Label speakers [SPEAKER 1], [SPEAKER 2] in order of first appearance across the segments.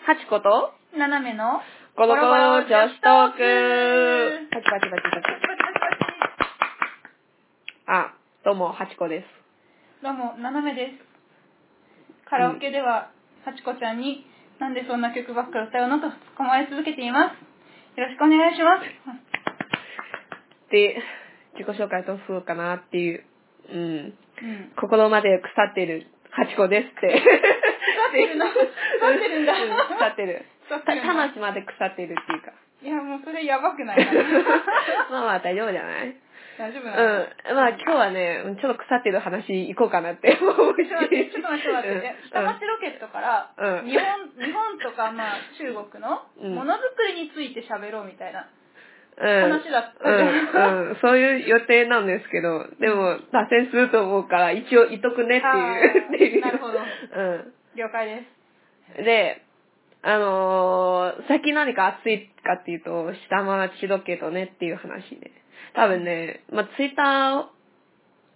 [SPEAKER 1] ハチコと、
[SPEAKER 2] 斜めの
[SPEAKER 1] ゴロゴロ女子トークパチパチパチパチ。あ、どうも、ハチコです。
[SPEAKER 2] どうも、斜めです。カラオケでは、ハチコちゃんに、なんでそんな曲ばっか歌うのと突っ込まれ続けています。よろしくお願いします。
[SPEAKER 1] で、自己紹介どうするかなっていう、うん、
[SPEAKER 2] うん。
[SPEAKER 1] 心まで腐ってるハチコですって。
[SPEAKER 2] 腐って るな。腐ってるんだ。
[SPEAKER 1] う腐ってる。
[SPEAKER 2] 腐ってるんだ
[SPEAKER 1] 魂まで腐ってるっていう か。
[SPEAKER 2] いや、もうそれやばくないかな
[SPEAKER 1] まあまあ大丈夫じゃない
[SPEAKER 2] 大丈夫
[SPEAKER 1] う
[SPEAKER 2] なの
[SPEAKER 1] ん。まあ今日はね、うんちょっと腐ってる話行こうかなって思う
[SPEAKER 2] ちょっと待って、ちょっと待って、ちょっと待って。下町ロケットから、
[SPEAKER 1] うん
[SPEAKER 2] 日本、日本とか、まあ、中国の
[SPEAKER 1] うん
[SPEAKER 2] ものづくりについて喋ろうみたいな。
[SPEAKER 1] うん
[SPEAKER 2] 話だった
[SPEAKER 1] うん、うん、そういう予定なんですけど、でも、脱線すると思うから、一応言っとくねっていう、
[SPEAKER 2] あー
[SPEAKER 1] っていう。
[SPEAKER 2] なるほど了解です。
[SPEAKER 1] うん。で、あのー、先何か熱いかっていうと、下町ロケとねっていう話で。多分ね、まあ、ツイッター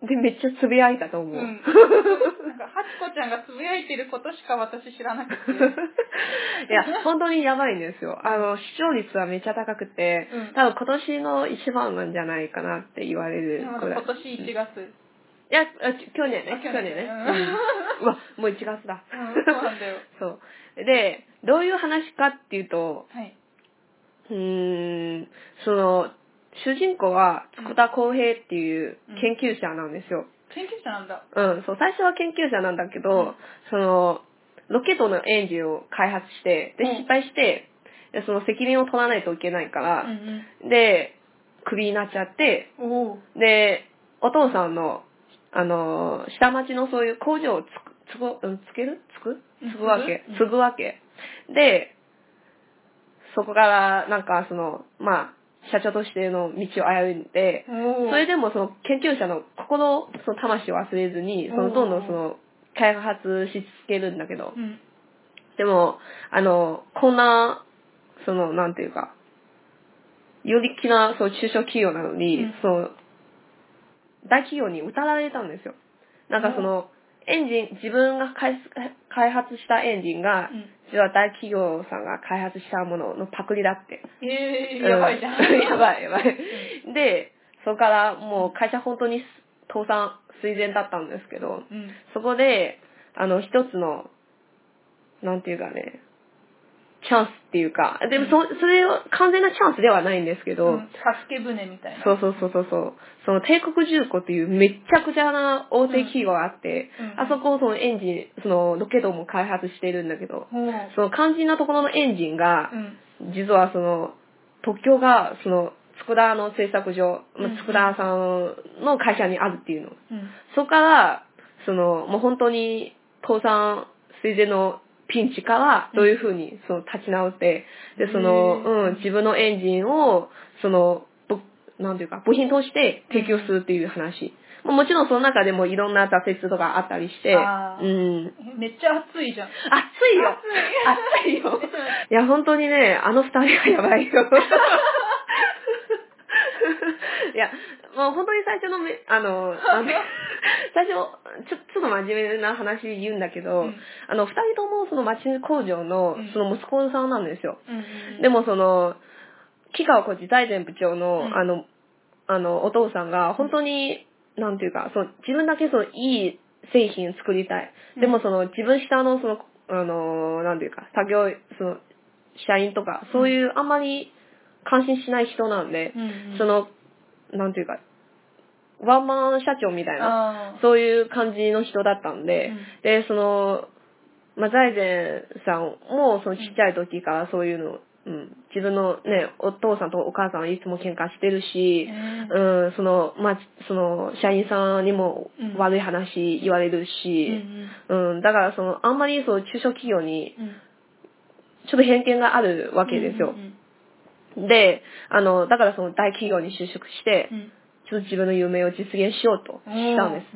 [SPEAKER 1] でめっちゃつぶやいたと
[SPEAKER 2] う
[SPEAKER 1] 思う。
[SPEAKER 2] ん。なんか、ハチコちゃんがつぶやいてることしか私知らなくて。
[SPEAKER 1] いや、本当にやばいんですよ。あの、視聴率はめっちゃ高くて、
[SPEAKER 2] うん
[SPEAKER 1] 多分今年の一番なんじゃないかなって言われ る
[SPEAKER 2] ま
[SPEAKER 1] ぐ
[SPEAKER 2] だ
[SPEAKER 1] らい。
[SPEAKER 2] 今年1月。
[SPEAKER 1] いや、あき去年ね
[SPEAKER 2] あ、
[SPEAKER 1] 去
[SPEAKER 2] 去
[SPEAKER 1] 年
[SPEAKER 2] 年
[SPEAKER 1] ね。う
[SPEAKER 2] うん
[SPEAKER 1] んうわ、もう1月だ。
[SPEAKER 2] うん、そうなんだよ。
[SPEAKER 1] そう。で、どういう話かっていうと、
[SPEAKER 2] はい。
[SPEAKER 1] うーん、その、主人公は、佃田康平っていう
[SPEAKER 2] うん
[SPEAKER 1] 研究者なんですよ。
[SPEAKER 2] 研究者なんだ。
[SPEAKER 1] うん、そう、最初は研究者なんだけど、
[SPEAKER 2] うん
[SPEAKER 1] その、ロケットのエンジンを開発して、で、
[SPEAKER 2] うん
[SPEAKER 1] 失敗して、でその責任を取らないといけないか
[SPEAKER 2] う
[SPEAKER 1] ら、
[SPEAKER 2] ん
[SPEAKER 1] で、クビになっちゃって、
[SPEAKER 2] うん。おお。
[SPEAKER 1] で、お父さんの、あのー、下町のそういう工場をつく、つご、うん、つけるつく
[SPEAKER 2] うん
[SPEAKER 1] つぐわけ
[SPEAKER 2] 継ぐ
[SPEAKER 1] つぐわけ。で、そこから、なんか、その、まあ、社長としての道を歩んで、
[SPEAKER 2] おお。
[SPEAKER 1] それでもその研究者の心、その魂を忘れずに、そ
[SPEAKER 2] お
[SPEAKER 1] の
[SPEAKER 2] ー
[SPEAKER 1] どんどんその、開発し続けるんだけど
[SPEAKER 2] う、ん。
[SPEAKER 1] でも、あの、こんな、その、なんていうか、より気な、そう、中小企業なのに、
[SPEAKER 2] うん
[SPEAKER 1] その、大企業に打たられたんですよ。なんかその、エンジン、自分が開発開発したエンジンが、
[SPEAKER 2] うん
[SPEAKER 1] 実は大企業さんが開発したもののパクリだって。
[SPEAKER 2] えー、やばいじゃん。
[SPEAKER 1] うん やばい、やばい。で、そこからもう会社本当に倒産、垂前だったんですけど、
[SPEAKER 2] うん。
[SPEAKER 1] そこで、あの、一つの、なんていうかね、チャンスっていうか、でもそ、それは完全なチャンスではないんですけど、
[SPEAKER 2] うん助け船みたいな。
[SPEAKER 1] そうそうそうそうそう、その帝国重工っていうめっちゃくちゃな大手企業があって、
[SPEAKER 2] うん
[SPEAKER 1] あそこをそのエンジン、そのロケットも開発してるんだけど、
[SPEAKER 2] おお。
[SPEAKER 1] その肝心なところのエンジンが
[SPEAKER 2] う、ん。
[SPEAKER 1] 実はその、特許が、その、佃の製作所、まあ
[SPEAKER 2] うん
[SPEAKER 1] 佃さんの会社にあるっていうの。
[SPEAKER 2] うん。
[SPEAKER 1] そこから、その、もう本当に、倒産水前のピンチから、どういうふうに、その、立ち直って、で、その、
[SPEAKER 2] へー
[SPEAKER 1] うん、自分のエンジンを、その、ぶなんていうか、部品として提供するっていう話。まあもちろんその中でもいろんな挫折とかあったりして、
[SPEAKER 2] あー
[SPEAKER 1] うん。
[SPEAKER 2] えめっちゃ暑いじゃん。
[SPEAKER 1] 熱いよ熱いよいや、本当にね、あの二人はやばい よ。いや、もう本当に最初のめ、あの、なんて最初ちょ、ちょっと真面目な話言うんだけど、
[SPEAKER 2] うん
[SPEAKER 1] あの、二人ともその町工場の
[SPEAKER 2] うん、
[SPEAKER 1] その息子さんなんですよ。
[SPEAKER 2] うん
[SPEAKER 1] で、もその、木川こっち財前部長の、
[SPEAKER 2] うん
[SPEAKER 1] あの、あの、お父さんが、本当に、なんていうか、その、自分だけその、いい製品を作りたい。でもその、自分下の、その、あの、なんていうか、作業、その、社員とか、そういう、あんまり、関心しない人なんで
[SPEAKER 2] う、んうん、
[SPEAKER 1] その、なんていうか、ワンマン社長みたいな、
[SPEAKER 2] あー、
[SPEAKER 1] そういう感じの人だったんで、
[SPEAKER 2] うん
[SPEAKER 1] で、その、まあ、財前さんも、そのちっちゃい時からそういうの、うん、自分のね、お父さんとお母さんはいつも喧嘩してるし、
[SPEAKER 2] えー
[SPEAKER 1] うん、その、まあ、その、社員さんにも
[SPEAKER 2] うん
[SPEAKER 1] 悪い話言われるし、
[SPEAKER 2] うん
[SPEAKER 1] うん、だからその、あんまりそう、中小企業に、
[SPEAKER 2] うんうん
[SPEAKER 1] ちょっと偏見があるわけですよ
[SPEAKER 2] う。ん
[SPEAKER 1] で、あの、だからその大企業に就職して
[SPEAKER 2] う、ん
[SPEAKER 1] ちょっと自分の夢を実現しようとしたんです。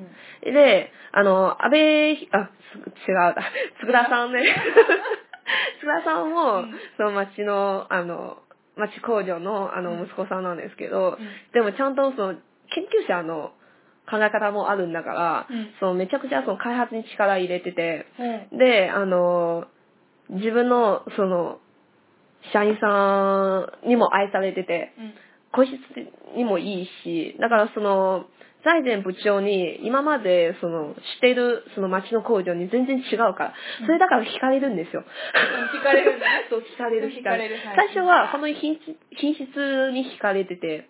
[SPEAKER 2] うん
[SPEAKER 1] で、あの、安倍ひ、あ、つ違う だ、つぐらさん ね。つぐらさんも、
[SPEAKER 2] うん
[SPEAKER 1] その町の、あの、町工場の、あ
[SPEAKER 2] う
[SPEAKER 1] の、
[SPEAKER 2] ん
[SPEAKER 1] 息子さんなんですけど、
[SPEAKER 2] うん
[SPEAKER 1] でもちゃんと、その、研究者の考え方もあるんだから、
[SPEAKER 2] うん
[SPEAKER 1] その、めちゃくちゃ、その、開発に力入れてて、
[SPEAKER 2] うん
[SPEAKER 1] で、あの、自分の、その、社員さんにも愛されてて、
[SPEAKER 2] うん
[SPEAKER 1] 個室にもいいし、だからその、財前部長に今までその、してるその町の工場に全然違うから、それだから惹かれるんですよ。
[SPEAKER 2] うん惹かれるんだね
[SPEAKER 1] そう、惹かれる、
[SPEAKER 2] 惹かれるはい
[SPEAKER 1] 最初はこの品質品質に惹かれてて、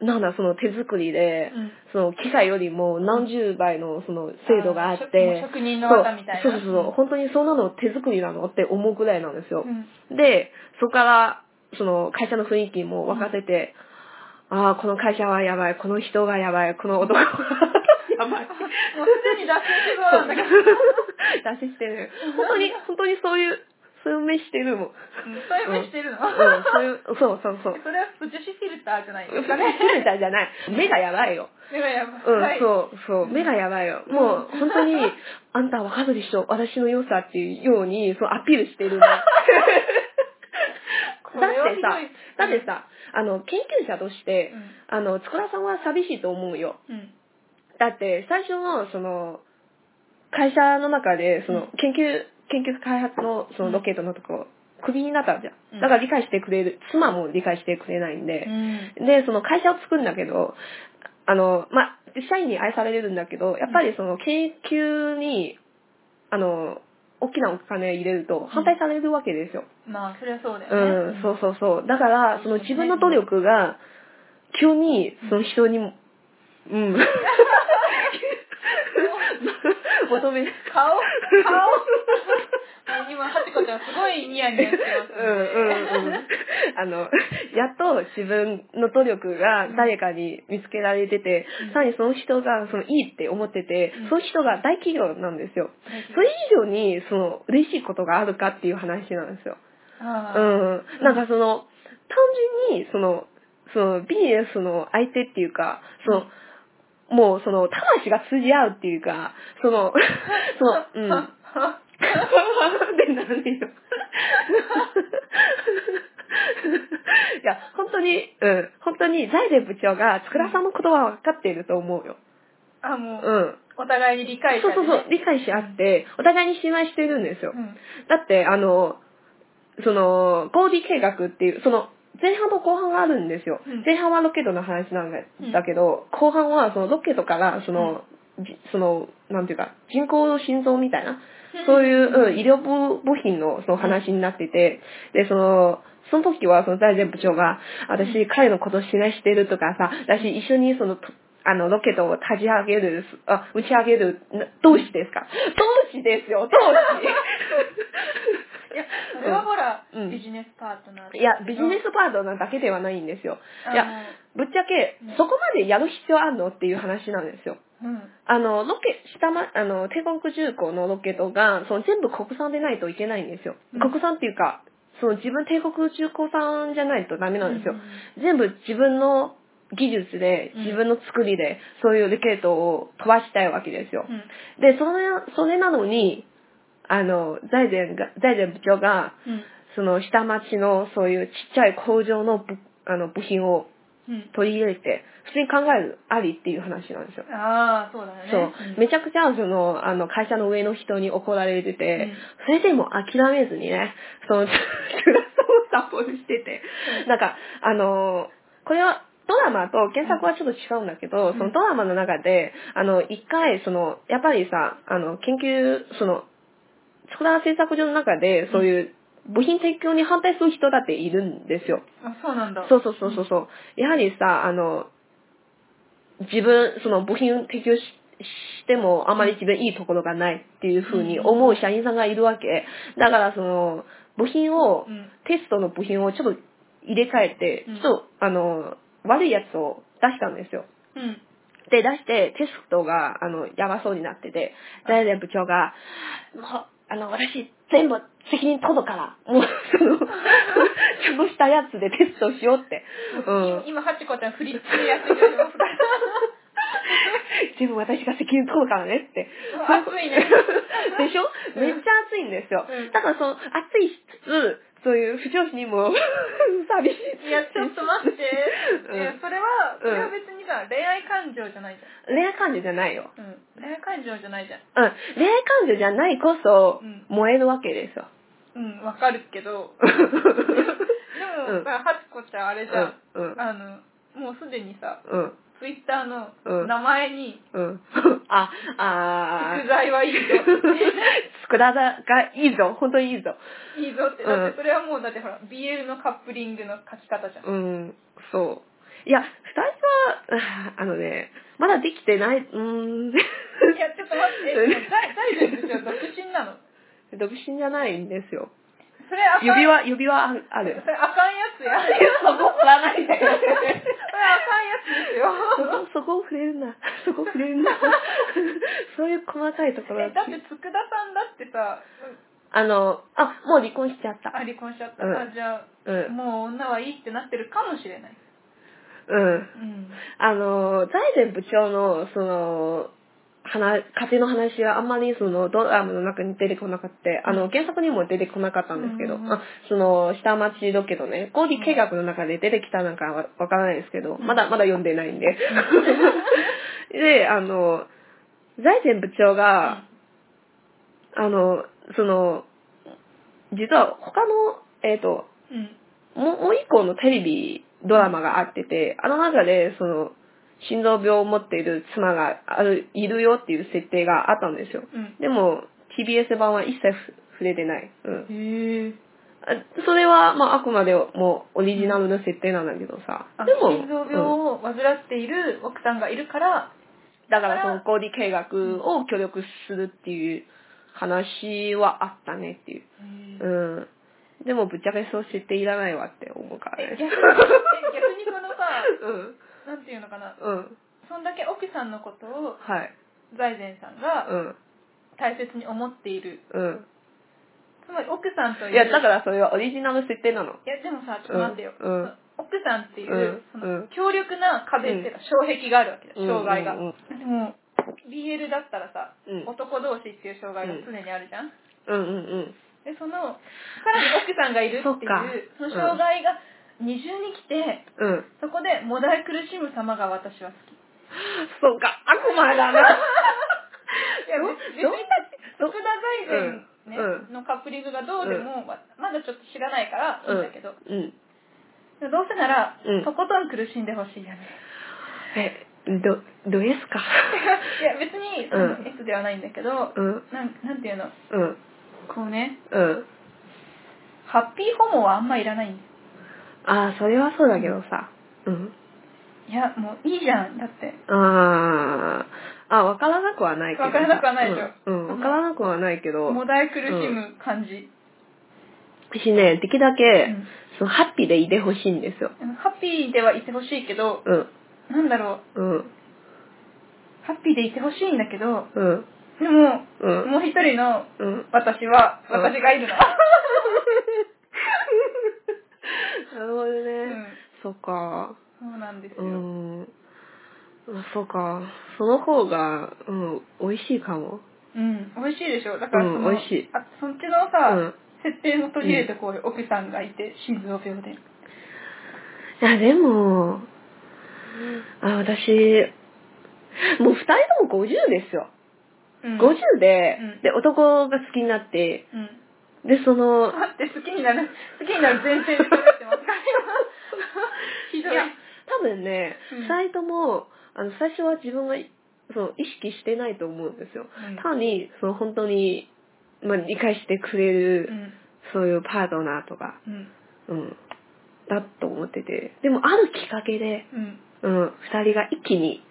[SPEAKER 2] うん
[SPEAKER 1] なんだ、その手作りで、
[SPEAKER 2] うん
[SPEAKER 1] その機械よりも何十倍のその精度があって、
[SPEAKER 2] あー職もう職人の技みたいな
[SPEAKER 1] そうそうそうそう、本当にそんなの手作りなのって思うぐらいなんですよ。
[SPEAKER 2] うん
[SPEAKER 1] で、そこから、その会社の雰囲気も分かってて、ああ、この会社はやばい、この人がやばい、この 男がやばい。
[SPEAKER 2] もうすでに脱線してそうなんだけ ど、
[SPEAKER 1] 出ししてる。本当に、本当にそういう、そういう目してるもん。
[SPEAKER 2] うんそういう目してる
[SPEAKER 1] う
[SPEAKER 2] の、
[SPEAKER 1] ん、そういう、そうそうそう。
[SPEAKER 2] それは女子フィルターじゃないです かね。
[SPEAKER 1] めたじゃない。目がやばいよ。
[SPEAKER 2] 目がやばい。
[SPEAKER 1] うん、
[SPEAKER 2] はい
[SPEAKER 1] そう、そう、目がやばいよ。もう、本当に、 あんたわかるでしょ、私の良さっていうように、そう、アピールしてるの。だ
[SPEAKER 2] これは
[SPEAKER 1] って
[SPEAKER 2] ひど
[SPEAKER 1] さ
[SPEAKER 2] い、
[SPEAKER 1] だってさ、あの、研究者として、
[SPEAKER 2] うん
[SPEAKER 1] あの、つくらさんは寂しいと思うよ。
[SPEAKER 2] うん
[SPEAKER 1] だって、最初の、その、会社の中で、その、研究、研究開発の、その、ロケットのとこ、クビになったじゃ
[SPEAKER 2] うん
[SPEAKER 1] ん。だから理解してくれる、妻も理解してくれないんで、
[SPEAKER 2] うん
[SPEAKER 1] で、その会社を作るんだけど、あの、まあ、社員に愛されるんだけど、やっぱりその研究に、あの、大きなお金入れると反対されるわけですよ。
[SPEAKER 2] まあ、それはそうだ
[SPEAKER 1] う
[SPEAKER 2] よ
[SPEAKER 1] ん、
[SPEAKER 2] ね。
[SPEAKER 1] そうそうそう。だから、その自分の努力が、急に、その人にも、うん。 求め、
[SPEAKER 2] 顔、顔。もう今、はちこちゃんすごいニヤニヤしてます
[SPEAKER 1] うんうんうん。あの、やっと自分の努力が誰かに見つけられてて
[SPEAKER 2] うん、
[SPEAKER 1] さらにその人がそのいいって思ってて
[SPEAKER 2] うん、
[SPEAKER 1] その人が大企業なんですよ。そ
[SPEAKER 2] れ
[SPEAKER 1] れ以上にその嬉しいことがあるかっていう話なんですよ。う
[SPEAKER 2] あ
[SPEAKER 1] ん。なんかその、単純にその、そのビジネスの相手っていうか、その、もうその魂が通じ合うっていうか、そ の、その、う
[SPEAKER 2] ー
[SPEAKER 1] ん。 ってなるよ。いや、本当に、うん、本当に財前部長が、つくらさんのことは分かっていると思うよ。
[SPEAKER 2] あ、
[SPEAKER 1] う
[SPEAKER 2] もう、
[SPEAKER 1] ん。
[SPEAKER 2] お互いに理解者
[SPEAKER 1] そう
[SPEAKER 2] で
[SPEAKER 1] そうそう、理解し合って、お互いに信頼しているんですよ
[SPEAKER 2] う。ん
[SPEAKER 1] だって、あの、その、合理計画っていう、その、前半と後半があるんですよ
[SPEAKER 2] うん。
[SPEAKER 1] 前半はロケットの話なんだ
[SPEAKER 2] うん
[SPEAKER 1] だけど、後半はそのロケットから、その、じその、なんていうか、人工の心臓みたいな、そういう、うん、医療部部品のその話になってて、で、その、その時はその財前部長が、私、彼のこと信頼してるとかさ、私一緒にその、とあの、ロケットを立ち上げる、あ、打ち上げる、な同志ですか同志ですよ、同
[SPEAKER 2] いや、 それはほら、
[SPEAKER 1] うん
[SPEAKER 2] ビジネスパートナー
[SPEAKER 1] 志いや、ビジネスパートナーだけではないんですよ。いや、ぶっちゃけ
[SPEAKER 2] うん、
[SPEAKER 1] そこまでやる必要あんのっていう話なんですよ。
[SPEAKER 2] あのうん。
[SPEAKER 1] あの、ロケ、下ま、あの、帝国重工のロケットが、その全部国産でないといけないんですよ。
[SPEAKER 2] うん
[SPEAKER 1] 国産っていうか、その自分帝国重工さんじゃないとダメなんですよ。
[SPEAKER 2] うん
[SPEAKER 1] 全部自分の技術で、
[SPEAKER 2] うん
[SPEAKER 1] 自分の作りで、そういうロケットを飛ばしたいわけですよ。
[SPEAKER 2] うん
[SPEAKER 1] で、それ、それなのに、あの、財前が、財前部長が、
[SPEAKER 2] うん
[SPEAKER 1] その下町のそういうちっちゃい工場の部、あの、部品を
[SPEAKER 2] うん
[SPEAKER 1] 取り入れて、普通に考えるありっていう話なんですよ。
[SPEAKER 2] ああ、そうだよね。
[SPEAKER 1] そう
[SPEAKER 2] うん、
[SPEAKER 1] めちゃくちゃその、あの、会社の上の人に怒られてて、それでも諦めずにね、その、クラスをサポートしてて、なんか、あの、これは、ドラマと原作はちょっと違うんだけど、
[SPEAKER 2] うん
[SPEAKER 1] そのドラマの中で、あの、一回、その、やっぱりさ、あの、研究、その、スクラ製作所の中で、そういう部品提供に反対する人だっているんですよ。
[SPEAKER 2] あ、そうなんだ。
[SPEAKER 1] そうそうそうそうそう。やはりさ、あの、自分、その部品提供ししてもあまり自分いいところがないっていうふうに思う社員さんがいるわけ。だからその、部品を、
[SPEAKER 2] うん。
[SPEAKER 1] テストの部品をちょっと入れ替えて
[SPEAKER 2] うん、
[SPEAKER 1] ちょっと、あの、悪いやつを出したんですよ。
[SPEAKER 2] うん。
[SPEAKER 1] で、出して、テストが、あの、やばそうになってて、大連部長が、もう、あの、私、全部責任取るから、もう、その、ちょっとしたやつでテストしようって。うん。
[SPEAKER 2] 今、ハチコちゃん、フリップでやってくれ ますから。
[SPEAKER 1] 全部私が責任取るからねって。
[SPEAKER 2] 熱いね。
[SPEAKER 1] でしょめっちゃ暑いんですよ。
[SPEAKER 2] うん
[SPEAKER 1] だから、その、暑いしつつ、そういう不調子にも、 寂しい。
[SPEAKER 2] いや、ちょっと待って。
[SPEAKER 1] うん
[SPEAKER 2] いや、それは、それは別にさ、恋愛感情じゃないじ
[SPEAKER 1] 恋愛感情じゃないよ。
[SPEAKER 2] ゃん。うん。恋愛感情じゃないじゃん。
[SPEAKER 1] うん。恋愛感情じゃないこそ
[SPEAKER 2] うん、
[SPEAKER 1] 燃えるわけですよ。
[SPEAKER 2] うん、わかるけど、で
[SPEAKER 1] うん
[SPEAKER 2] もさ、はつこちゃんあれじゃん、
[SPEAKER 1] うんうん
[SPEAKER 2] あの、もうすでにさ、
[SPEAKER 1] うん。
[SPEAKER 2] ツイッター
[SPEAKER 1] う
[SPEAKER 2] の
[SPEAKER 1] ん
[SPEAKER 2] 名前に、
[SPEAKER 1] うん。 あ、あ
[SPEAKER 2] 副
[SPEAKER 1] ー。
[SPEAKER 2] 材はいいぞ、
[SPEAKER 1] 佃田がいいぞ。本当にいいぞ。
[SPEAKER 2] いいぞって、
[SPEAKER 1] うん
[SPEAKER 2] だってそれはもう、だってほら、BL のカップリングの書き方じゃん。
[SPEAKER 1] うん。そう。いや、二人は、あのね、まだできてない、うーん。
[SPEAKER 2] いや、ちょっと待って、
[SPEAKER 1] うん
[SPEAKER 2] え大丈夫ですよ、独身なの。
[SPEAKER 1] 独身じゃないんですよ。
[SPEAKER 2] それあかん、
[SPEAKER 1] 指輪、指輪ある
[SPEAKER 2] そ。れあかんやつや。それ
[SPEAKER 1] そこ振らないで。
[SPEAKER 2] あかんやつですよ。
[SPEAKER 1] そこ、そこを触れる な。そこ触れるな。 そういう細かいところ
[SPEAKER 2] え、。だって、つくださんだってさ、
[SPEAKER 1] あの、あ、もう離婚しちゃった
[SPEAKER 2] あ、。離婚しちゃった。
[SPEAKER 1] うん
[SPEAKER 2] あ、じゃ
[SPEAKER 1] う
[SPEAKER 2] あ、
[SPEAKER 1] ん。
[SPEAKER 2] もう女はいいってなってるかもしれない。
[SPEAKER 1] うん。
[SPEAKER 2] うん。
[SPEAKER 1] あの、財前部長の、その、話、家庭の話はあんまりそのドラマの中に出てこなかった。あ
[SPEAKER 2] う
[SPEAKER 1] の、
[SPEAKER 2] ん
[SPEAKER 1] 原作にも出てこなかったんですけど、
[SPEAKER 2] うんうん
[SPEAKER 1] あその、下町ロケのね、合理計画の中で出てきたなんかはわからないですけど、
[SPEAKER 2] うん
[SPEAKER 1] まだまだ読んでないん で。で、あの、財前部長が、あの、その、実は他の、えっ、と、
[SPEAKER 2] うん。
[SPEAKER 1] もう、もう一個のテレビドラマがあってて、あの中で、その、心臓病を持っている妻がある、いるよっていう設定があったんですよ。
[SPEAKER 2] うん。
[SPEAKER 1] でも、TBS 版は一切ふ触れてない。うん。
[SPEAKER 2] へえ。
[SPEAKER 1] あそれは、まあ、あくまでもうオリジナルの設定なんだけどさ。
[SPEAKER 2] あ
[SPEAKER 1] でも、
[SPEAKER 2] 心臓病
[SPEAKER 1] うん
[SPEAKER 2] を患っている奥さんがいるから、
[SPEAKER 1] だからその合理計画を協力するっていう話はあったねっていう。うん。でも、ぶっちゃけそう設定いらないわって思うから
[SPEAKER 2] え、逆に、え
[SPEAKER 1] ね。
[SPEAKER 2] 逆にこのさ、
[SPEAKER 1] うん。
[SPEAKER 2] なんていうのかな、
[SPEAKER 1] うん。
[SPEAKER 2] そんだけ奥さんのことを
[SPEAKER 1] はい。
[SPEAKER 2] 財前さんが
[SPEAKER 1] うん。
[SPEAKER 2] 大切に思っている。
[SPEAKER 1] うん。
[SPEAKER 2] つまり奥さんという。
[SPEAKER 1] いや、だからそれはオリジナル設定なの。
[SPEAKER 2] いやでもさ、ちょっと待ってよ。
[SPEAKER 1] うんうん
[SPEAKER 2] 奥さんっていう、
[SPEAKER 1] うん
[SPEAKER 2] そうの
[SPEAKER 1] ん
[SPEAKER 2] 強力な壁っていうか、障壁があるわけだ、
[SPEAKER 1] うん
[SPEAKER 2] 障害が。
[SPEAKER 1] うん
[SPEAKER 2] でも、BL だったらさ、
[SPEAKER 1] うん
[SPEAKER 2] 男同士っていう障害が常にあるじゃん。
[SPEAKER 1] うんうんうん。
[SPEAKER 2] で、その、さらに奥さんがいるって
[SPEAKER 1] そっか
[SPEAKER 2] いう、その
[SPEAKER 1] うん
[SPEAKER 2] 障害が二重に来て、
[SPEAKER 1] うん。
[SPEAKER 2] そこでもだえ苦しむ様が私は好き。
[SPEAKER 1] そうか、悪魔だな。
[SPEAKER 2] いや、
[SPEAKER 1] ど
[SPEAKER 2] 別にだって、
[SPEAKER 1] ど
[SPEAKER 2] 福田財前、ね
[SPEAKER 1] うん
[SPEAKER 2] のカップリングがどうでも、ままだちょっと知らないからいいんだけど、
[SPEAKER 1] うん。
[SPEAKER 2] でもどうせなら、
[SPEAKER 1] うん
[SPEAKER 2] とことん苦しんでほしい よね。
[SPEAKER 1] え、ど、どですか
[SPEAKER 2] いや別にその S ではないんだけど、
[SPEAKER 1] うん。
[SPEAKER 2] なんなんていうの
[SPEAKER 1] うん。
[SPEAKER 2] こうね
[SPEAKER 1] うん。
[SPEAKER 2] ハッピーホモはあんまいらないんだよ
[SPEAKER 1] ああ、それはそうだけどさ。うん。
[SPEAKER 2] いやもういいじゃんだって
[SPEAKER 1] ああ、あ、わからなくはないけどさ。
[SPEAKER 2] わからなくはないでしょ
[SPEAKER 1] うん。うんわからなくはないけど、
[SPEAKER 2] もだえ苦しむ感じ、
[SPEAKER 1] 私ね、できるだ
[SPEAKER 2] う
[SPEAKER 1] け
[SPEAKER 2] ん、
[SPEAKER 1] そのハッピーでいてほしいんですよ。
[SPEAKER 2] ハッピーではいてほしいけど、
[SPEAKER 1] うん。
[SPEAKER 2] なんだろう
[SPEAKER 1] うん。
[SPEAKER 2] ハッピーでいてほしいんだけど
[SPEAKER 1] うん。
[SPEAKER 2] でも、
[SPEAKER 1] うん
[SPEAKER 2] もう一人の
[SPEAKER 1] うん。
[SPEAKER 2] 私は
[SPEAKER 1] うん
[SPEAKER 2] 私が いるの、
[SPEAKER 1] なるほどね。
[SPEAKER 2] うん
[SPEAKER 1] そっか。
[SPEAKER 2] そうなんです
[SPEAKER 1] う
[SPEAKER 2] よ、
[SPEAKER 1] ん。あそうか。その方が、うん、美味しいかも。
[SPEAKER 2] うん、美味しいでしょだからその、
[SPEAKER 1] うん美味しい
[SPEAKER 2] あそっちの
[SPEAKER 1] う
[SPEAKER 2] さ、
[SPEAKER 1] ん。
[SPEAKER 2] 設定の取り入れてこういう奥さんがいて心臓病で
[SPEAKER 1] いや、でも、あ、私、もう二人とも50ですよ。
[SPEAKER 2] うん
[SPEAKER 1] 50で、
[SPEAKER 2] うん
[SPEAKER 1] で、男が好きになって、
[SPEAKER 2] うん
[SPEAKER 1] で、その、
[SPEAKER 2] 待って、好きになる、好きになる前提で喋ってますから。 ひどい。
[SPEAKER 1] や多分ね、
[SPEAKER 2] うん
[SPEAKER 1] 二人とも、あの、最初は自分が、その、意識してないと思うんですよ。
[SPEAKER 2] うん
[SPEAKER 1] 単に、その、本当に、まあ、理解してくれる、
[SPEAKER 2] うん。
[SPEAKER 1] そういうパートナーとか、
[SPEAKER 2] うん。
[SPEAKER 1] うん、だと思ってて。でも、あるきっかけで、
[SPEAKER 2] うん。
[SPEAKER 1] うん、二人が一気に、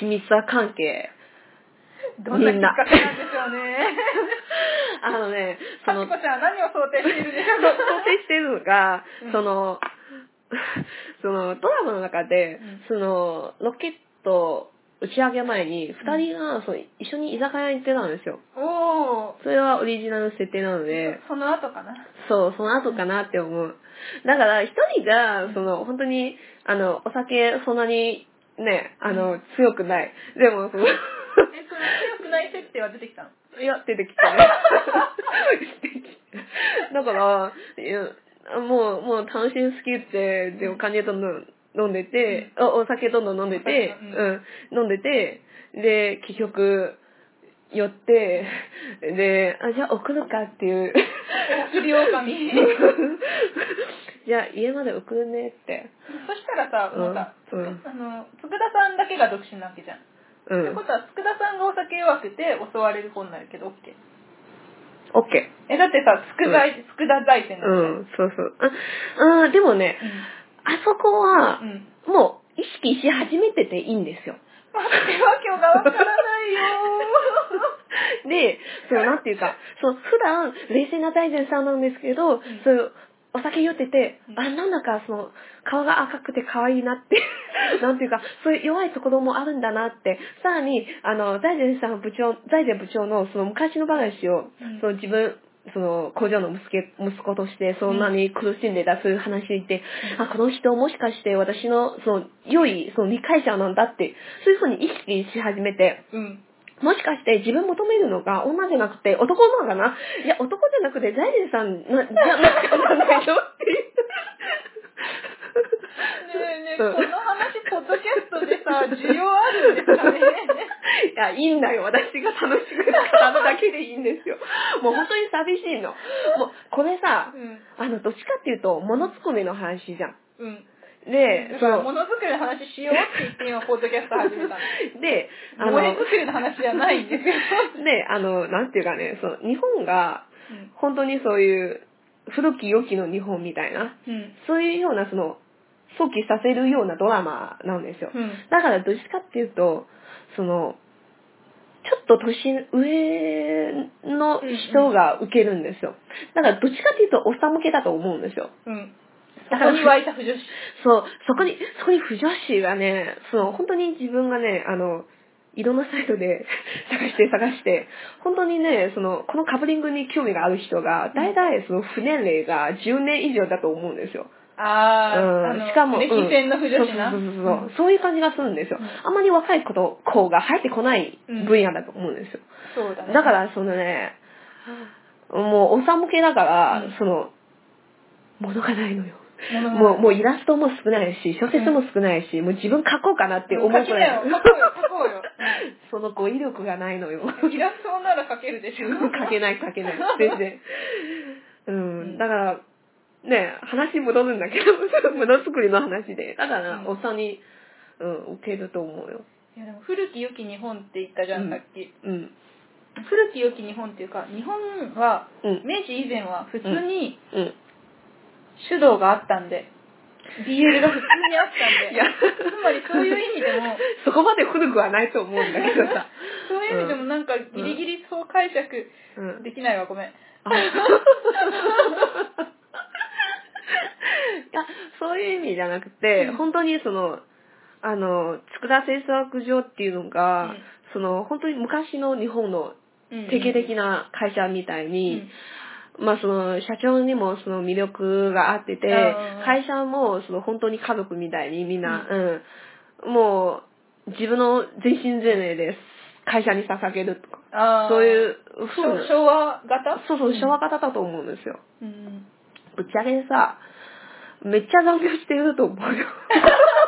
[SPEAKER 1] 親密な関係、
[SPEAKER 2] どんなきっかけなんでしょうね。
[SPEAKER 1] あのね、そ
[SPEAKER 2] さ
[SPEAKER 1] の、
[SPEAKER 2] ち
[SPEAKER 1] 想
[SPEAKER 2] こちゃんは何を想定 しているんでしょうか。
[SPEAKER 1] 定してるのが
[SPEAKER 2] うん、
[SPEAKER 1] その、その、ドラマの中で
[SPEAKER 2] うん、
[SPEAKER 1] その、ロケット打ち上げ前に、二人が、その、一緒に居酒屋に行ってたんですよ。
[SPEAKER 2] おー。
[SPEAKER 1] それはオリジナル設定なので、
[SPEAKER 2] その後かな。
[SPEAKER 1] そう、その後かなって思う。だから、一人が、その、本当に、あの、お酒、そんなに、ね、あの、強くない。でも、その、
[SPEAKER 2] え、その強くない設定は出てきたの
[SPEAKER 1] いや、出てきたね。出てきた だから、いやもう、もう楽しみすぎて、で、お金どんどん飲んでて、おお酒どんどん飲んでて、
[SPEAKER 2] う
[SPEAKER 1] うんん、飲んでて、で、結局、寄って、で、あ、じゃあ送るかっていう。
[SPEAKER 2] 送 り狼。
[SPEAKER 1] じゃあ家まで送るねって。
[SPEAKER 2] そしたらさ、もうさ、
[SPEAKER 1] うんうん
[SPEAKER 2] あの、佃さんだけが独身なわけじゃん。
[SPEAKER 1] う
[SPEAKER 2] って
[SPEAKER 1] ん
[SPEAKER 2] こ。とは、佃さんがお酒弱くて襲われる子になるけど、オッケー。
[SPEAKER 1] オッケ
[SPEAKER 2] え、だってさ、佃財、佃財って
[SPEAKER 1] ー。
[SPEAKER 2] な
[SPEAKER 1] う
[SPEAKER 2] る
[SPEAKER 1] ん、そうそう。あ、あーでもね、あそこは
[SPEAKER 2] う、ん。うん。
[SPEAKER 1] もう意識し始めてていいんですよ。
[SPEAKER 2] 待って、わけがわからないよ
[SPEAKER 1] で、そのなんていうか、その普段冷静な大善さんなんですけど、そういうお酒酔ってて
[SPEAKER 2] う、ん
[SPEAKER 1] あ、なんだかその顔が赤くて可愛いな って、なんていうか、そういう弱いところもあるんだなって、さらに、あの、大善さん部長、大善部長のその昔の話を、
[SPEAKER 2] うん
[SPEAKER 1] その自分、その工場の息子息子としてそんなに苦しんでたそういう話って、
[SPEAKER 2] うん
[SPEAKER 1] あ、この人もしかして私のその良いその理解者なんだって、そういうふうに意識し始めて、
[SPEAKER 2] うん。
[SPEAKER 1] もしかして自分求めるのが女じゃなくて男なんだな。いや、男じゃなくて財前さんな、じゃなきゃなんないよっていう。
[SPEAKER 2] ねえねえ、
[SPEAKER 1] う
[SPEAKER 2] こ
[SPEAKER 1] ん
[SPEAKER 2] の話、ポッドキャストでさ、需要あるんですかね。
[SPEAKER 1] いや、いいんだよ。私が楽しく語るだけでいいんですよ。もう本当に寂しいの。もう、これさ、あの、どっちかっていうと、ものつくめの話じゃん。
[SPEAKER 2] うん。うん。
[SPEAKER 1] で
[SPEAKER 2] だ、
[SPEAKER 1] そ
[SPEAKER 2] から、も
[SPEAKER 1] の、
[SPEAKER 2] のづくりの話しようって言って、今、ポッドキャスト始めたの。
[SPEAKER 1] で、あ
[SPEAKER 2] 萌え
[SPEAKER 1] の、
[SPEAKER 2] づくりの話じゃないんですよ。
[SPEAKER 1] で、あの、なんていうかね、その、日本が、
[SPEAKER 2] うん。
[SPEAKER 1] 本当にそういう、古き良きの日本みたいな、
[SPEAKER 2] うん。
[SPEAKER 1] そういうような、その、想起させるようなドラマなんですよ。
[SPEAKER 2] うん。
[SPEAKER 1] だから、どっちかっていうと、その、ちょっと年上の人が受けるんですよ。だから、どっちかっていうと、おっさん向けだと思うんですよ。
[SPEAKER 2] うん。そこに湧いた不女子。
[SPEAKER 1] そう、そこに、そこに不女子がね、その、本当に自分がね、あの、いろんなサイトで 探して探して、本当にね、その、このカブリングに興味がある人が、大体その不年齢が10年以上だと思うんですよ。
[SPEAKER 2] あー、あ
[SPEAKER 1] うん
[SPEAKER 2] の
[SPEAKER 1] しかも、
[SPEAKER 2] 歴
[SPEAKER 1] うん
[SPEAKER 2] 戦の不女子な。
[SPEAKER 1] そうそうそうそう、そういう感じがするんですよ
[SPEAKER 2] うん。
[SPEAKER 1] あんまり若い子と子が入ってこない分野だと思うんですよ。
[SPEAKER 2] そうだね。
[SPEAKER 1] だから、そのね、もう、おさ向けだから、
[SPEAKER 2] うん
[SPEAKER 1] その、物がないのよ。
[SPEAKER 2] 物が
[SPEAKER 1] もう、もうイラストも少ないし、小説も少ないし、もう自分描こうかなって思う
[SPEAKER 2] 書き
[SPEAKER 1] く
[SPEAKER 2] な
[SPEAKER 1] ら
[SPEAKER 2] よ
[SPEAKER 1] い。、
[SPEAKER 2] 書こうよ、書こうよ。
[SPEAKER 1] その語彙力がない のよ。
[SPEAKER 2] うんイラストなら書けるでしょ。
[SPEAKER 1] 書けない書けない。全然。うん。
[SPEAKER 2] うん
[SPEAKER 1] だから、ね、話戻るんだけど、 ものづくりの話で。だから、
[SPEAKER 2] うん
[SPEAKER 1] おっさんに、うん、受けると思うよ。
[SPEAKER 2] いやでも古き良き日本って言ったじゃ、
[SPEAKER 1] うんん
[SPEAKER 2] さっき。
[SPEAKER 1] うん。
[SPEAKER 2] 古き良き日本っていうか、日本は、
[SPEAKER 1] うん。
[SPEAKER 2] 明治以前は普通に
[SPEAKER 1] うん。
[SPEAKER 2] 主導があったんで、BL が普通にあったん
[SPEAKER 1] い
[SPEAKER 2] で
[SPEAKER 1] や、、
[SPEAKER 2] つまりそういう意味で も、
[SPEAKER 1] そこまで古くはないと思うんだけどさ。
[SPEAKER 2] そういう意味で もなんかギリギリそう解釈
[SPEAKER 1] うん。
[SPEAKER 2] できないわ、ごめん。
[SPEAKER 1] あいや、そういう意味じゃなくて、
[SPEAKER 2] うん
[SPEAKER 1] 本当にその、あの、佃製作所っていうのが、
[SPEAKER 2] うん
[SPEAKER 1] その、本当に昔の日本の
[SPEAKER 2] うん
[SPEAKER 1] 定型的な会社みたいに、
[SPEAKER 2] うん
[SPEAKER 1] まあその社長にもその魅力があってて
[SPEAKER 2] うん、
[SPEAKER 1] 会社もその本当に家族みたいにみんな、うん、もう自分の全身全霊で会社に捧げるとか、
[SPEAKER 2] あー
[SPEAKER 1] そういう
[SPEAKER 2] し
[SPEAKER 1] 風
[SPEAKER 2] ょ
[SPEAKER 1] な、
[SPEAKER 2] 昭和型
[SPEAKER 1] そうそう、昭和
[SPEAKER 2] 型。
[SPEAKER 1] 型だと思うんですよ。
[SPEAKER 2] うん
[SPEAKER 1] ぶっちゃけでさ、めっちゃ残業してると思うよ。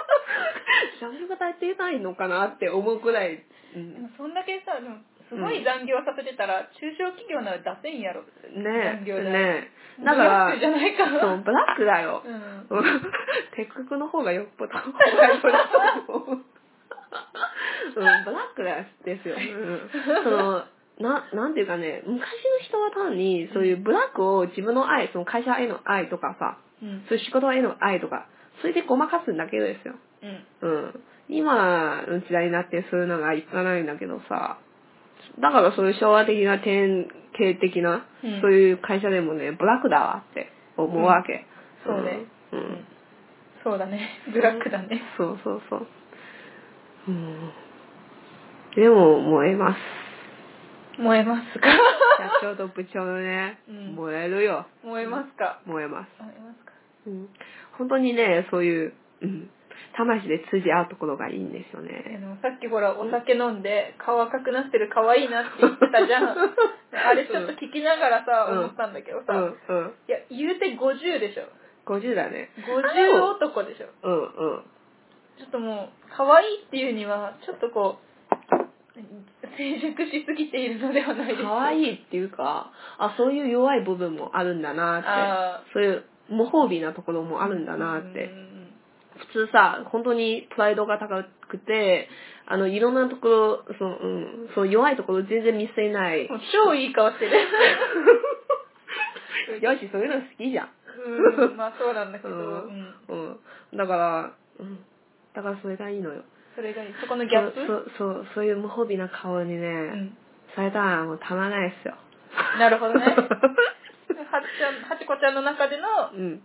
[SPEAKER 1] 残業が足りてないのかなって思うくらい、う
[SPEAKER 2] で
[SPEAKER 1] ん
[SPEAKER 2] もそんだけさ、でもすごい残業させてたら、中小企業なら出せんやろ。
[SPEAKER 1] ね
[SPEAKER 2] 残業
[SPEAKER 1] え、
[SPEAKER 2] 代
[SPEAKER 1] ねえ。だから、
[SPEAKER 2] ブラックじゃないか
[SPEAKER 1] そ
[SPEAKER 2] ら。
[SPEAKER 1] う、ブラックだよ。
[SPEAKER 2] うん。
[SPEAKER 1] 鉄角の方がよっぽど大丈夫だと 思う。うん、ブラックですよ。うん、そのな、なんていうかね、昔の人は単に、そういうブラックを自分の愛、その会社への愛とかさ、
[SPEAKER 2] うん。
[SPEAKER 1] そういう仕事への愛とか、それでごまかすんだけですよ。
[SPEAKER 2] うん。
[SPEAKER 1] うん。今の時代になってそういうのがいかないんだけどさ、だからそういう昭和的な典型的な、
[SPEAKER 2] うん
[SPEAKER 1] そういう会社でもね、ブラックだわって思うわけ。
[SPEAKER 2] うんそうね
[SPEAKER 1] うん。
[SPEAKER 2] うんそうだね。ブラックだね。
[SPEAKER 1] そうそうそう。うん。でも、燃えます。
[SPEAKER 2] 燃えますか
[SPEAKER 1] 社長と部長のね、
[SPEAKER 2] うん
[SPEAKER 1] 燃えるよ。
[SPEAKER 2] 燃えますか
[SPEAKER 1] 燃えます。
[SPEAKER 2] 燃えますか
[SPEAKER 1] うん。本当にね、そういう、うん。魂で通じ合うところがいいんですよ
[SPEAKER 2] いや
[SPEAKER 1] ね。
[SPEAKER 2] でもさっきほら、お酒飲んで、顔赤くなってる可愛いなって言ってたじゃ ん。あれちょっと聞きながらさ、
[SPEAKER 1] うん
[SPEAKER 2] 思ったんだけど
[SPEAKER 1] う
[SPEAKER 2] さ、
[SPEAKER 1] んうん。
[SPEAKER 2] いや、言うて50でしょ。
[SPEAKER 1] 50だね。
[SPEAKER 2] 50男でしょ。
[SPEAKER 1] うんうん。
[SPEAKER 2] ちょっともう、可愛いっていうには、ちょっとこう、定着しすぎているのではないです
[SPEAKER 1] 可愛いっていうか、あ、そういう弱い部分もあるんだなっ
[SPEAKER 2] あ
[SPEAKER 1] て、そういう無褒美なところもあるんだ
[SPEAKER 2] あ
[SPEAKER 1] なって
[SPEAKER 2] う、ん
[SPEAKER 1] 普通さ、本当にプライドが高くて、あの、いろんなところ、その、うん、その弱いところ全然見せない。
[SPEAKER 2] もう超いい 顔してる
[SPEAKER 1] よし、そういうの好きじゃん。
[SPEAKER 2] うんまあそうなんだけ
[SPEAKER 1] う
[SPEAKER 2] ど、
[SPEAKER 1] ん
[SPEAKER 2] うん
[SPEAKER 1] うん。だから、うん。だからそれがいいのよ。
[SPEAKER 2] それがいいそこのギャップ
[SPEAKER 1] そう、そう、そうそういう無褒美な顔にね、
[SPEAKER 2] うん
[SPEAKER 1] されたらもうたまらないっすよ。
[SPEAKER 2] なるほど ねはちちゃんはちこちゃんの中での
[SPEAKER 1] うん。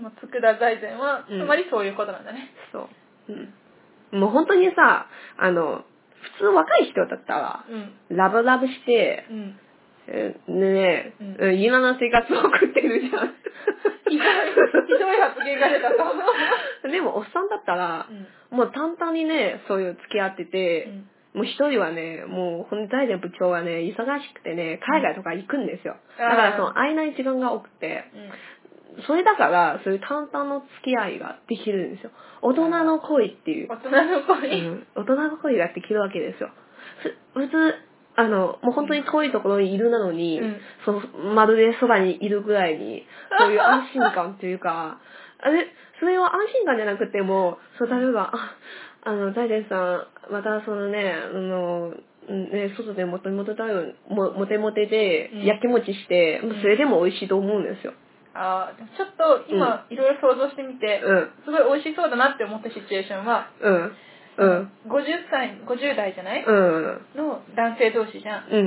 [SPEAKER 2] もう佃財前は
[SPEAKER 1] うん
[SPEAKER 2] つまりそういうことなんだね、
[SPEAKER 1] そう。うん。もう本当にさ、あの、普通若い人だったら、
[SPEAKER 2] うん
[SPEAKER 1] ラブラブして、
[SPEAKER 2] うん、
[SPEAKER 1] えねえ、
[SPEAKER 2] う
[SPEAKER 1] うん今の生活を送ってるじゃ
[SPEAKER 2] ひどいひどい発言が出たと、
[SPEAKER 1] ん。 でも、おっさんだったら
[SPEAKER 2] う、ん
[SPEAKER 1] もう淡々にね、そういう付き合ってて、
[SPEAKER 2] うん
[SPEAKER 1] もう一人はね、もう、ほんと財前部長はね、忙しくてね、海外とか行くんですよ。
[SPEAKER 2] うんあー
[SPEAKER 1] だから、その、会えない時間が多くて、
[SPEAKER 2] うん
[SPEAKER 1] それだから、そういう淡々の付き合いができるんですよ。大人の恋っていう。
[SPEAKER 2] 大人の子
[SPEAKER 1] う
[SPEAKER 2] に、
[SPEAKER 1] ん大人の恋ができるわけですよ。ふ普通、あの、もう本当に遠いところにいるなのに、
[SPEAKER 2] うん
[SPEAKER 1] そのまるでそばにいるぐらいに、そういう安心感というか、あれ、それは安心感じゃなくても、そう、例えば、あ、あの、大前さん、またそのね、あの、うんね、外でモテモテだよ、もモテモテで
[SPEAKER 2] うん、
[SPEAKER 1] やきもちして、
[SPEAKER 2] うん
[SPEAKER 1] それでも美味しいと思うんですよ。
[SPEAKER 2] あーでもちょっと今いろいろ想像してみて、
[SPEAKER 1] うん、
[SPEAKER 2] すごい美味しそうだなって思ったシチュエーションは
[SPEAKER 1] うん、うん、
[SPEAKER 2] 50歳50代じゃない、
[SPEAKER 1] うん、
[SPEAKER 2] の男性同士じゃん
[SPEAKER 1] うん、う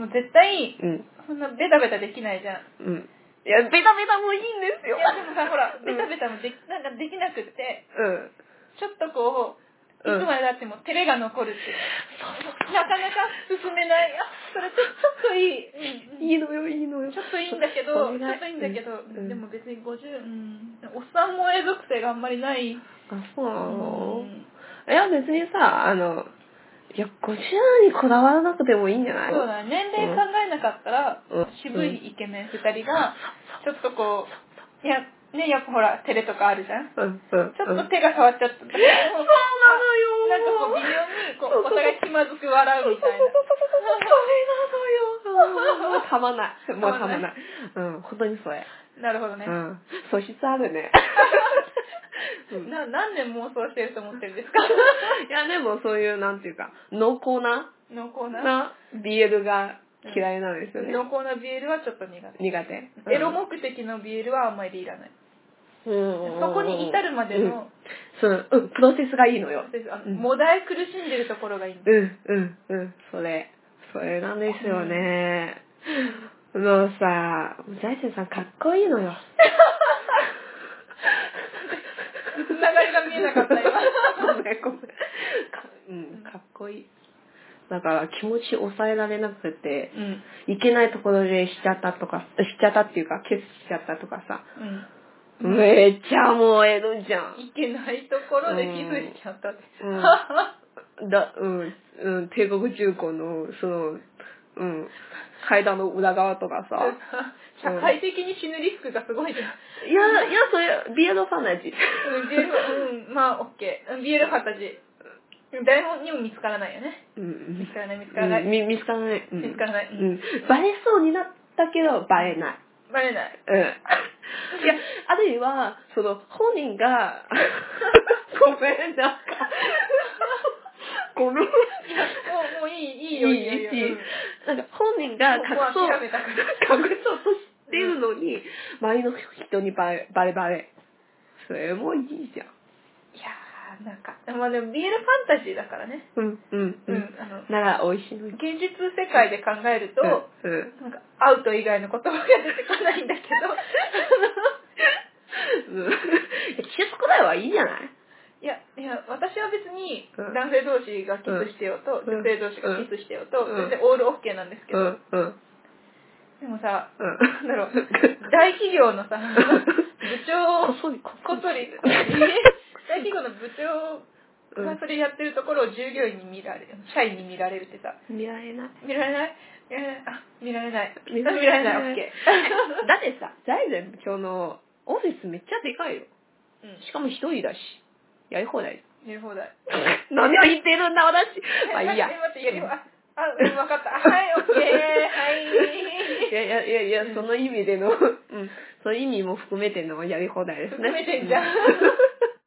[SPEAKER 1] ん、
[SPEAKER 2] もう絶対
[SPEAKER 1] うん、
[SPEAKER 2] そんなベタベタできないじゃん
[SPEAKER 1] うん。いや、ベタベタもいいんです
[SPEAKER 2] い
[SPEAKER 1] よ。
[SPEAKER 2] やでもさほら
[SPEAKER 1] うん
[SPEAKER 2] ベタベタもできなんかできなくって
[SPEAKER 1] うん。
[SPEAKER 2] ちょっとこうい
[SPEAKER 1] うん
[SPEAKER 2] つまでだっても照れが残るっていうなかなか進めないあそれちょちょっといい、うんうん
[SPEAKER 1] いいのよ、いいのよ。
[SPEAKER 2] ちょっといいんだけど、ちょ
[SPEAKER 1] お願
[SPEAKER 2] っといいんだけど、
[SPEAKER 1] うん
[SPEAKER 2] でも別に50、うん、おっさんも永続性があんまりない。
[SPEAKER 1] あ、そうなの、
[SPEAKER 2] うん
[SPEAKER 1] いや、別にさ、あの、いや、50にこだわらなくてもいいんじゃない
[SPEAKER 2] そうだね、年齢考えなかったら、
[SPEAKER 1] うん
[SPEAKER 2] 渋いイケメン2人が、ちょっとこう、いや、ね、やっぱほら、照れとかあるじゃん。
[SPEAKER 1] うん、うん、うん。
[SPEAKER 2] ちょっと手が触っちゃった。そうなのよなんかこう、微妙に、こう、お互い気まずく笑 うみたいな。
[SPEAKER 1] それなのよ。もうたまんない。もうたまんない。うん、本当にそれ。
[SPEAKER 2] なるほど
[SPEAKER 1] う
[SPEAKER 2] ね。
[SPEAKER 1] ん。素質あるね。うん
[SPEAKER 2] な何年妄想してると思ってるん ですか
[SPEAKER 1] いや、でもそういう、なんていうか、濃厚な、
[SPEAKER 2] 濃厚な。
[SPEAKER 1] な、BL が嫌いなんですよね。
[SPEAKER 2] 濃厚な BL はちょっと苦手。
[SPEAKER 1] 苦手。うん
[SPEAKER 2] エロ目的の BL はあんまりいらない。
[SPEAKER 1] うん
[SPEAKER 2] そこに至るまでの、
[SPEAKER 1] そう、うん、プロセスがいいのよ。
[SPEAKER 2] あ
[SPEAKER 1] うん
[SPEAKER 2] もだえ苦しんでるところがいいんだ。
[SPEAKER 1] うん、うん、うん、それ。それなんですよね。もうさ、財前さんかっこいいのよ。
[SPEAKER 2] つながりが見えなかった今。
[SPEAKER 1] ごめん、ごめん。か うん、かっこいい。だから気持ち抑えられなくて、
[SPEAKER 2] うん。
[SPEAKER 1] いけないところでしちゃったとか、しちゃったっていうか、消しちゃったとかさ、
[SPEAKER 2] うん
[SPEAKER 1] めっちゃ燃えるじゃん。
[SPEAKER 2] いけないところで気づいちゃったって。
[SPEAKER 1] うん だ、うん、うん、帝国重工の、その、うん、階段の裏側とかさ。
[SPEAKER 2] 社会的に死ぬリスクがすごいじゃん。
[SPEAKER 1] いや、いや、それ、ビアドファンのやつ。
[SPEAKER 2] うん、BL、うん、まあ、オッケー。うん BL ファンタジー。誰もにも見つからないよね。
[SPEAKER 1] うん、
[SPEAKER 2] 見つからない、見つからない。
[SPEAKER 1] うんみ見つからない。うん
[SPEAKER 2] 見つからない
[SPEAKER 1] うん。バレそうになったけど、バレ ない。
[SPEAKER 2] バレない。
[SPEAKER 1] うん。いや、あるいは、その、本人が、 ごめん、なんか、ごめん。
[SPEAKER 2] もう、もういい、いいよ、いいよ。いいよう
[SPEAKER 1] な
[SPEAKER 2] ん
[SPEAKER 1] んか本人が隠
[SPEAKER 2] も
[SPEAKER 1] そう
[SPEAKER 2] う諦めたから
[SPEAKER 1] 隠そうとしてるのに、周りの人にバレバレバレ。それもいいじゃん。
[SPEAKER 2] いやー、なんか、まあでも BL ファンタジーだからね。
[SPEAKER 1] うん、うん、う
[SPEAKER 2] う、
[SPEAKER 1] んん。
[SPEAKER 2] あの、
[SPEAKER 1] なら、美味しいのに。
[SPEAKER 2] 現実世界で考えると、
[SPEAKER 1] うん、うん。
[SPEAKER 2] なんかアウト以外の言葉が出てこないんだけ
[SPEAKER 1] う
[SPEAKER 2] ど
[SPEAKER 1] ん。キスくらいはいいじゃない
[SPEAKER 2] いやいや私は別に
[SPEAKER 1] うん
[SPEAKER 2] 男性同士がキスしてようと、
[SPEAKER 1] うん
[SPEAKER 2] 女性同士がキスしてようと、
[SPEAKER 1] うん
[SPEAKER 2] 全然オールオッケーなんですけ
[SPEAKER 1] う
[SPEAKER 2] ど、
[SPEAKER 1] ん、うん、
[SPEAKER 2] でもさ
[SPEAKER 1] うん。
[SPEAKER 2] なん だろう大企業のさ部長
[SPEAKER 1] こ
[SPEAKER 2] を
[SPEAKER 1] っそり、こ
[SPEAKER 2] こっそり大企業の部長がそれやってるところを従業員に見られる社員に見られるってさ
[SPEAKER 1] 見られない。
[SPEAKER 2] 見られない見られないあ見られない 見
[SPEAKER 1] 見
[SPEAKER 2] ら
[SPEAKER 1] ら
[SPEAKER 2] れ
[SPEAKER 1] れない
[SPEAKER 2] ないオッケ
[SPEAKER 1] だってさ、財前部長のオフィスめっちゃでかいよ。
[SPEAKER 2] ーうん
[SPEAKER 1] しかも一人だし。やり放題。
[SPEAKER 2] やり放題
[SPEAKER 1] 何を言ってるんだ、私。まあいいや。
[SPEAKER 2] え待って待ってやり放題あ、わかった。はい、オッケー。はい。
[SPEAKER 1] いやいやいやいや、その意味での、うん、そういう意味も含めてのやり放題ですね。
[SPEAKER 2] 含めてんじゃん
[SPEAKER 1] うん